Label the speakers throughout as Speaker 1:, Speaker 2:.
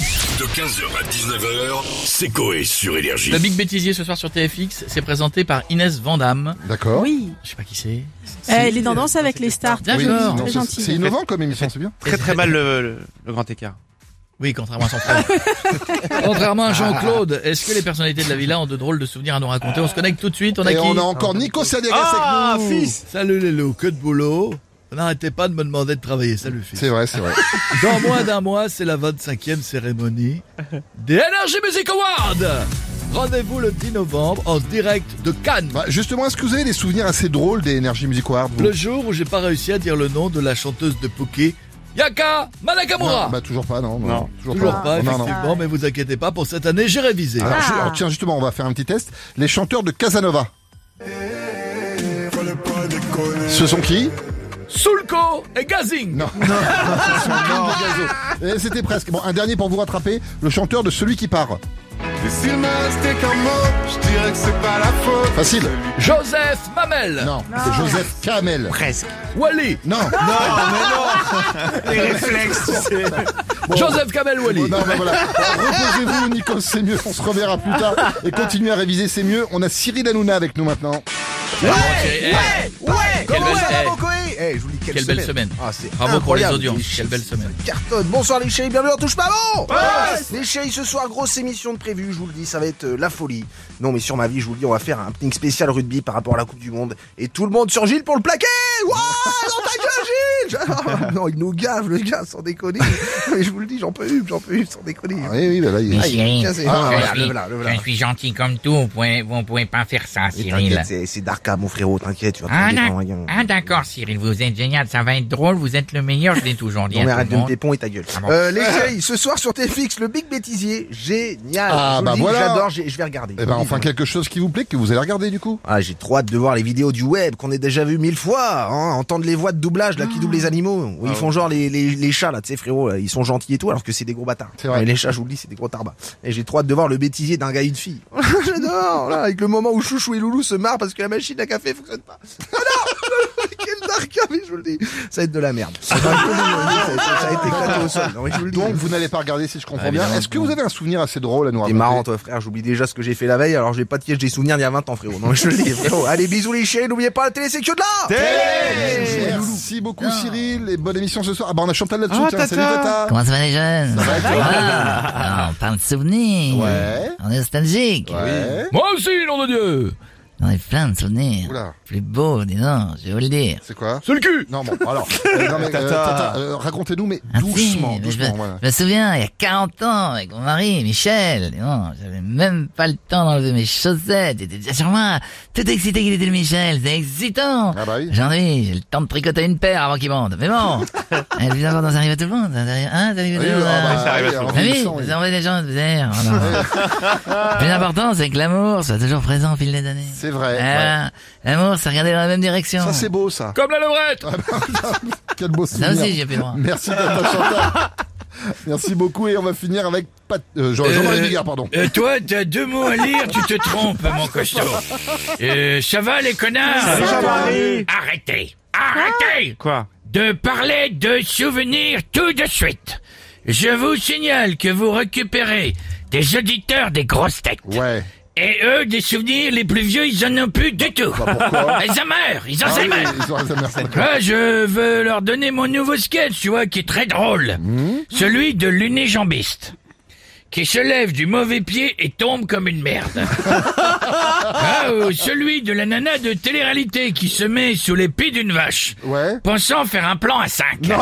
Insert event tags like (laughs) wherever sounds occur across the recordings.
Speaker 1: De 15h à 19h, c'est Coé sur Énergie.
Speaker 2: Le Big Bêtisier ce soir sur TFX, c'est présenté par Inès Vandamme.
Speaker 3: D'accord.
Speaker 4: Oui.
Speaker 2: Je sais pas qui c'est.
Speaker 4: Eh, Elle est dans Danse avec les stars.
Speaker 2: D'accord.
Speaker 3: Oui,
Speaker 2: D'accord.
Speaker 3: non,
Speaker 4: Très
Speaker 3: c'est-
Speaker 4: gentil.
Speaker 3: C'est innovant comme émission, c'est bien.
Speaker 5: très très mal le, le- le grand écart.
Speaker 2: Oui, contrairement à son frère. (laughs) contrairement à Jean-Claude, est-ce que les personnalités de la villa ont de drôles de souvenirs à nous raconter On se connecte tout de suite, on a
Speaker 3: Et
Speaker 2: qui
Speaker 3: on a encore Nico Saliagas
Speaker 2: Ah,
Speaker 3: avec nous.
Speaker 2: Salut les loups, que de boulot N'arrêtez pas de me demander de travailler, salut fils.
Speaker 3: C'est vrai, c'est vrai.
Speaker 2: Dans moins d'un mois, c'est la 25e cérémonie des Energy Music Awards Rendez-vous le 10 novembre en direct de Cannes.
Speaker 3: Bah, justement, est-ce que vous avez des souvenirs assez drôles des Energy Music Awards vous
Speaker 2: Le jour où j'ai pas réussi à dire le nom de la chanteuse de Poké, Yaka Manakamura
Speaker 3: Non, Bah toujours pas, non. non,
Speaker 5: Non.
Speaker 3: toujours,
Speaker 2: Toujours
Speaker 6: Ah.
Speaker 3: pas.
Speaker 2: pas,
Speaker 3: Non, non, non.
Speaker 2: effectivement, mais vous inquiétez pas, pour cette année, j'ai révisé.
Speaker 3: Alors,
Speaker 4: Ah.
Speaker 3: je- alors, tiens, justement, on va faire un petit test. Les chanteurs de Casanova. Ce sont qui
Speaker 2: Soulko et Gazing
Speaker 3: Non. (laughs) Ce sont Guy de Gazo. Et C'était presque. Bon, un dernier pour vous rattraper. Le chanteur de Celui qui part.
Speaker 6: Et s'il me restait qu'un mot, je dirais que c'est pas la faute.
Speaker 3: Facile.
Speaker 2: Joseph Mamel
Speaker 3: Non. C'est Joseph Kamel.
Speaker 5: Presque.
Speaker 2: Wally
Speaker 3: Non.
Speaker 5: Les réflexes, tu sais.
Speaker 2: Joseph Kamel
Speaker 6: Oh,
Speaker 2: Wally
Speaker 3: Non, bah voilà. Alors, Reposez-vous, Nikos, c'est mieux. On se reverra plus tard et continuez à réviser, c'est mieux. On a Cyril Hanouna avec nous maintenant.
Speaker 2: Quelle belle- eh,
Speaker 6: Eh, je vous dis quelle,
Speaker 2: Quelle belle semaine.
Speaker 6: Ah, c'est
Speaker 2: Bravo pour les
Speaker 6: incroyable,
Speaker 2: audiences.
Speaker 6: les
Speaker 2: Quelle belle semaine.
Speaker 6: cartonne. Bonsoir les chéris, bienvenue en touche pas bon Les chéris, ce soir, grosse émission de prévue, je vous le dis, ça va être euh, la folie. Non mais sur ma vie, je vous le dis, on va faire un ping spécial rugby par rapport à la Coupe du Monde. Et tout le monde sur Gilles pour le plaquer Ouah, dans ta
Speaker 2: (laughs)
Speaker 6: gueule, Gilles (laughs) Ah, Non, il nous gave le gars, sans déconner. (laughs) Mais je vous le dis, j'en peux une, j'en peux une, sans déconner.
Speaker 3: Ah Oui, oui, bah là, il
Speaker 7: Mais
Speaker 3: est...
Speaker 7: Cyril,
Speaker 6: tiens, c'est-
Speaker 7: je
Speaker 6: Ah, voilà,
Speaker 7: suis-
Speaker 6: le voilà, le voilà.
Speaker 7: je suis gentil comme tout, vous pouvez, vous pouvez pas faire ça,
Speaker 6: Mais
Speaker 7: Cyril.
Speaker 6: t'inquiète, c'est- c'est Darka, mon frérot, t'inquiète, tu vas
Speaker 7: Ah,
Speaker 6: prendre des hein,
Speaker 7: d'ac-
Speaker 6: temps, regarde.
Speaker 7: ah, d'accord, Cyril, vous êtes génial, ça va être drôle, vous êtes le meilleur, je l'ai toujours dit
Speaker 6: Non
Speaker 7: à
Speaker 6: mais
Speaker 7: tout
Speaker 6: arrête
Speaker 7: le
Speaker 6: de me
Speaker 7: monde.
Speaker 6: péponner ta gueule.
Speaker 7: Ah bon.
Speaker 6: Euh, les chéris, ce soir sur TFX, le Big Bêtisier, génial.
Speaker 3: Ah,
Speaker 6: Je vous
Speaker 3: bah
Speaker 6: le dis,
Speaker 3: voilà.
Speaker 6: J'adore, j'ai- je vais regarder.
Speaker 3: Eh ben, enfin, quelque chose qui vous plaît, que vous allez regarder du coup.
Speaker 6: Ah, j'ai trop hâte de voir les vidéos du web qu'on a déjà vu mille fois, hein, entendre les voix de doublage là qui doublent les animaux. où
Speaker 3: Ah
Speaker 6: ils font genre les, les, les chats là, tu sais frérot, là, ils sont gentils et tout alors que c'est des gros bâtards. Ah,
Speaker 3: C'est vrai.
Speaker 6: Mais les chats, je vous le dis, c'est des gros tarbas. Et j'ai trop hâte de voir le bêtisier d'un gars et une fille. (laughs) J'adore, là, avec le moment où Chouchou et Loulou se marrent parce que la machine à café fonctionne pas. Ah non (laughs) Quel dark hein, mais je vous le dis, ça va être de la merde. Ça va être- (laughs)
Speaker 3: (laughs)
Speaker 6: ça va être éclaté au sol. Non, mais je vous le dis.
Speaker 3: Donc, vous n'allez pas regarder si je comprends
Speaker 2: Ah,
Speaker 3: bien.
Speaker 2: évidemment.
Speaker 3: Est-ce que vous avez un souvenir assez drôle à nous
Speaker 6: T'es
Speaker 3: raconter
Speaker 6: marrant toi frère, j'oublie déjà ce que j'ai fait la veille, alors j'ai pas de piège des souvenirs d'il y a 20 ans frérot. Non mais je le dis frérot. Allez bisous les chéris, n'oubliez pas la télé c'est que de là
Speaker 3: Eh, Merci beaucoup, Cyril, et bonne émission ce soir. Ah, bah, on a Chantal là-dessous.
Speaker 5: Ah,
Speaker 3: tiens, salut,
Speaker 5: Tata.
Speaker 3: Tata.
Speaker 7: Comment ça va les jeunes
Speaker 3: Ça va, et toi
Speaker 7: Ah, On parle de souvenirs.
Speaker 3: Ouais.
Speaker 7: On est nostalgique.
Speaker 3: Ouais.
Speaker 2: Moi aussi, nom de Dieu
Speaker 7: On est plein de souvenirs.
Speaker 3: Oula.
Speaker 7: Plus beau, dis donc, je vais vous le dire.
Speaker 3: C'est quoi
Speaker 2: C'est le cul
Speaker 3: Non, bon, alors. euh, non, mais, euh,
Speaker 5: Tata.
Speaker 3: Tata, euh, racontez-nous, mais
Speaker 7: Ah si,
Speaker 3: doucement,
Speaker 7: mais je me-
Speaker 3: doucement. voilà.
Speaker 7: Je me souviens, il y a 40 ans, avec mon mari, Michel, et bon, j'avais même pas le temps d'enlever mes chaussettes, il était déjà sur moi, tout excité qu'il était le Michel, c'est excitant
Speaker 3: Ah bah oui.
Speaker 7: Aujourd'hui, j'ai le temps de tricoter une paire avant qu'il monte, mais
Speaker 3: (laughs)
Speaker 7: bon Eh, Elle vient d'abord, ça arrive à tout le monde, ça arrive, hein, ça arrive à tout
Speaker 3: Oui,
Speaker 7: le monde
Speaker 3: ah,
Speaker 7: hein.
Speaker 3: bah,
Speaker 5: ça arrive à
Speaker 3: oui,
Speaker 5: tout le
Speaker 3: en
Speaker 7: Ah oui,
Speaker 3: vieillissant, oui.
Speaker 7: vous envoyez des gens, vous avez... oh non. Le plus important, c'est que l'amour soit toujours présent au fil des années.
Speaker 3: C'est vrai. ouais.
Speaker 7: Ah, L'amour, c'est regarder dans la même direction.
Speaker 3: Ça, c'est beau, ça.
Speaker 2: Comme la levrette
Speaker 3: Quel beau
Speaker 7: Ça
Speaker 3: souvenir.
Speaker 7: aussi, j'ai plus le droit.
Speaker 3: Merci Tata Chantal. Merci beaucoup et on va finir avec Pat- euh, Jean- Jean-Marie
Speaker 2: Euh,
Speaker 3: Bigard, pardon.
Speaker 2: Euh, toi, t'as deux mots à lire, tu te trompes, mon costaud. Euh, ça va, les connards Arrêtez Arrêtez
Speaker 5: Quoi
Speaker 2: de parler de souvenirs tout de suite. Je vous signale que vous récupérez des auditeurs des grosses têtes.
Speaker 1: euh,
Speaker 3: Ouais.
Speaker 2: Et eux, des souvenirs, les plus vieux, ils en ont plus du tout.
Speaker 3: Bah, pourquoi
Speaker 2: ils en meurent, ils en
Speaker 3: Ah oui,
Speaker 2: meurent.
Speaker 3: ils ont raison, merci.
Speaker 2: Ah, je veux leur donner mon nouveau sketch, tu vois, qui est très drôle.
Speaker 5: Hmm
Speaker 2: Celui de l'unijambiste. Qui se lève du mauvais pied et tombe comme une
Speaker 5: (laughs)
Speaker 2: merde. ah, ou celui de la nana de télé-réalité qui se met sous les pieds d'une vache.
Speaker 3: Ouais. (laughs)
Speaker 2: Pensant faire un plan à 5.
Speaker 3: Non,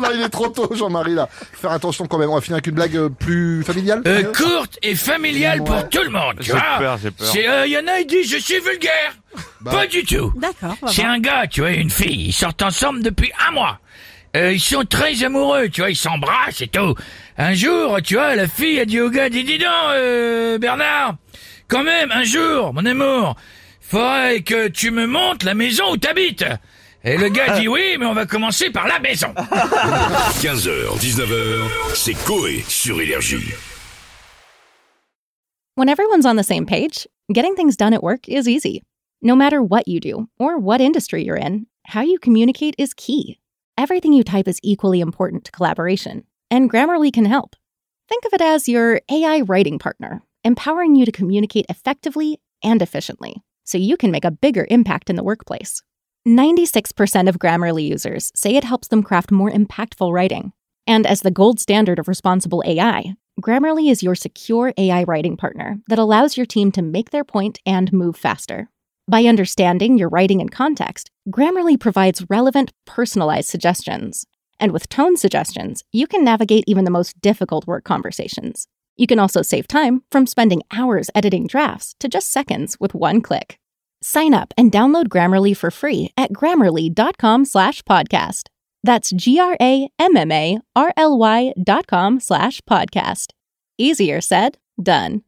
Speaker 3: non, il est trop tôt, Jean-Marie, là. Faire attention quand même. On va finir avec une blague euh, plus familiale.
Speaker 2: Euh, courte et familiale
Speaker 3: Ouais.
Speaker 2: pour tout le monde, tu
Speaker 5: J'ai
Speaker 2: vois.
Speaker 5: peur, j'ai peur. Bah.
Speaker 2: C'est, Il y en a, ils disent, je suis vulgaire. Pas du tout.
Speaker 4: D'accord. on va
Speaker 2: C'est
Speaker 4: voir.
Speaker 2: un gars, tu vois, et une fille. Ils sortent ensemble depuis un mois. Euh, ils sont très amoureux, tu vois, ils s'embrassent et tout. Un jour, tu vois, la fille a dit au gars, dis, dis donc, euh, Bernard, quand même, un jour, mon amour, faudrait que tu me montes la maison où t'habites. Et le gars dit oui, mais on va commencer par la maison.
Speaker 1: 15h, 19h, c'est Coé sur Énergie.
Speaker 8: When everyone's on the same page, getting things done at work is easy. No matter what you do or what industry you're in, how you communicate is key. Everything you type is equally important to collaboration, and Grammarly can help. Think of it as your AI writing partner, empowering you to communicate effectively and efficiently so you can make a bigger impact in the workplace. 96% of Grammarly users say it helps them craft more impactful writing. And as the gold standard of responsible AI, Grammarly is your secure AI writing partner that allows your team to make their point and move faster. By understanding your writing and context, Grammarly provides relevant, personalized suggestions. And with tone suggestions, you can navigate even the most difficult work conversations. You can also save time from spending hours editing drafts to just seconds with one click. Sign up and download Grammarly for free at grammarly.com slash podcast. That's G R A M M A R L Y dot com slash podcast. Easier said, done.